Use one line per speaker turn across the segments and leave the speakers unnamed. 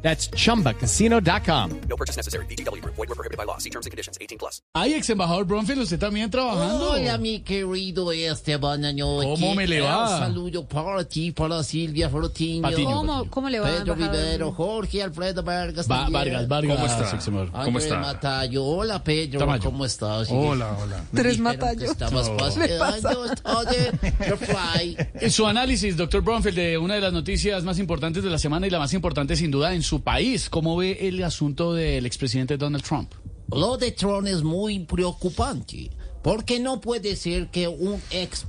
That's chumbacasino.com.
No purchase necessary. BGW. Void were prohibited by law. See terms and conditions. 18 plus.
Ay, ex embajador Bronfield, usted también trabajando.
Hola, mi querido Esteban Anoche.
¿Cómo me le va?
Un saludo para ti, para Silvia Frotiño.
Patiño,
¿Cómo, cómo le va,
Pedro
embajador?
Rivero, Jorge Alfredo Vargas.
Va- Vargas,
También.
Vargas.
¿Cómo está?
ex embajador.
Andrés
¿Cómo está?
Matayo. Hola, Pedro.
Tamayo.
¿Cómo estás?
Hola, hola.
Tres Matayo.
Eh,
Estabas paseando tarde. Your fly.
Eh, Su análisis, doctor Bronfield, de una de las noticias más importantes de la semana y la más importante, sin duda, en su país. ¿Cómo ve el asunto del expresidente Donald Trump?
Lo de Tron es muy preocupante, porque no puede ser que un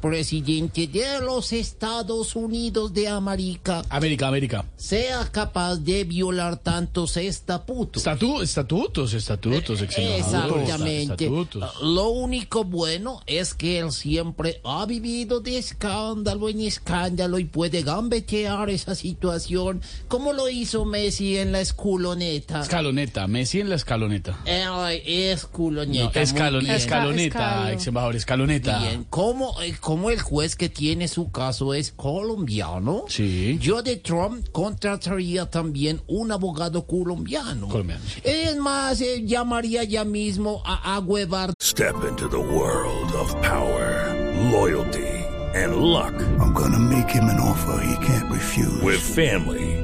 expresidente de los Estados Unidos de América
América, América.
sea capaz de violar tantos estatutos.
Estatu- estatutos, estatutos, ex embajador.
Exactamente. Ah,
Estatutos.
Lo único bueno es que él siempre ha vivido de escándalo en escándalo y puede gambetear esa situación como lo hizo Messi en la esculoneta. Eh,
Escaloneta, Messi en la escaloneta.
Ay, esculoneta.
No,
muy
escalon-
bien.
escaloneta,
Escalo.
ex embajador, escaloneta.
Bien, como, eh, como el juez que tiene su caso es colombiano,
Sí.
yo de Trump contrataría también un abogado colombiano.
Colombiano, sí.
Es más, eh, llamaría ya mismo a Aguevar
Step into the world of power, loyalty, and luck.
I'm gonna make him an offer he can't refuse.
With family,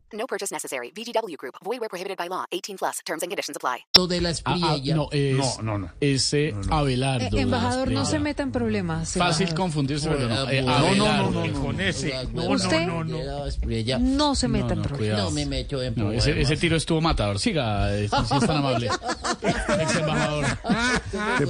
No purchase necessary. VGW Group. Void where prohibited by law. 18 plus. Terms and conditions apply.
de la
Ah, ah,
Espriella.
no, es,
No, no, no.
Ese
Eh,
Abelardo.
embajador, no se
Espriella.
meta en problemas.
Fácil
embajador.
confundirse, pero no. Eh,
Ah,
No, no,
Abelardo.
no, no, no. Con ese. No,
¿Usted?
no, no,
de
no.
la Espriella. No,
No se meta en
no,
problemas.
cuidado.
me meto en
No, ese,
problemas.
ese tiro estuvo matador. Siga, eh, si es tan amable. Ex embajador.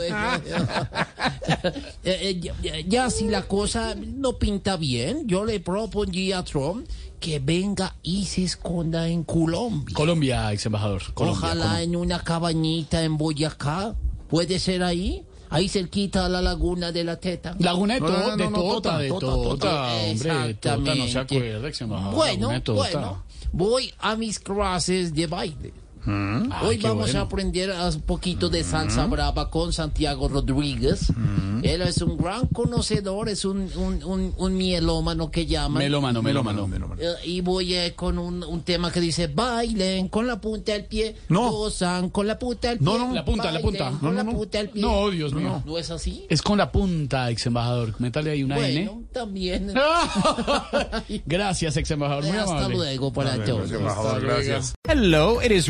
Eh, eh, ya, ya- ya si la cosa no pinta bien, yo le propondría a Trump que venga y se esconda en Colombia.
Colombia, ex embajador. Colombia,
Ojalá
Colombia.
en una cabañita en Boyacá. ¿Puede ser ahí? Ahí cerquita a la laguna de la teta.
Laguna de,
No,
to-
no, no,
de
no,
Tota,
Tota,
de
Tota,
Tota,
Tota.
hombre, de Tota, no se
Exactamente.
acuerda, ex embajador.
Bueno,
Laguna de Tota.
bueno, voy a mis clases de baile.
Mm.
Ay,
Hoy
Ah, qué
vamos
bueno.
a aprender a- un poquito de salsa brava con Santiago Rodríguez.
Mm.
Él es un gran conocedor, es un, un, un, un mielómano que llaman.
Melómano, melómano.
Eh, y voy eh, con un, un tema que dice bailen con la punta del pie,
No.
gozan con la punta del pie,
No, no. La punta, la
bailen
punta.
con
No,
la
no, no.
punta del pie.
No, Dios mío.
¿No es así?
Es con la punta, ex embajador. Métale ahí una
Bueno, también.
N. Gracias, ex embajador. Muy
Hasta
amable.
luego para todos.
Embajador, gracias.
Hello, it is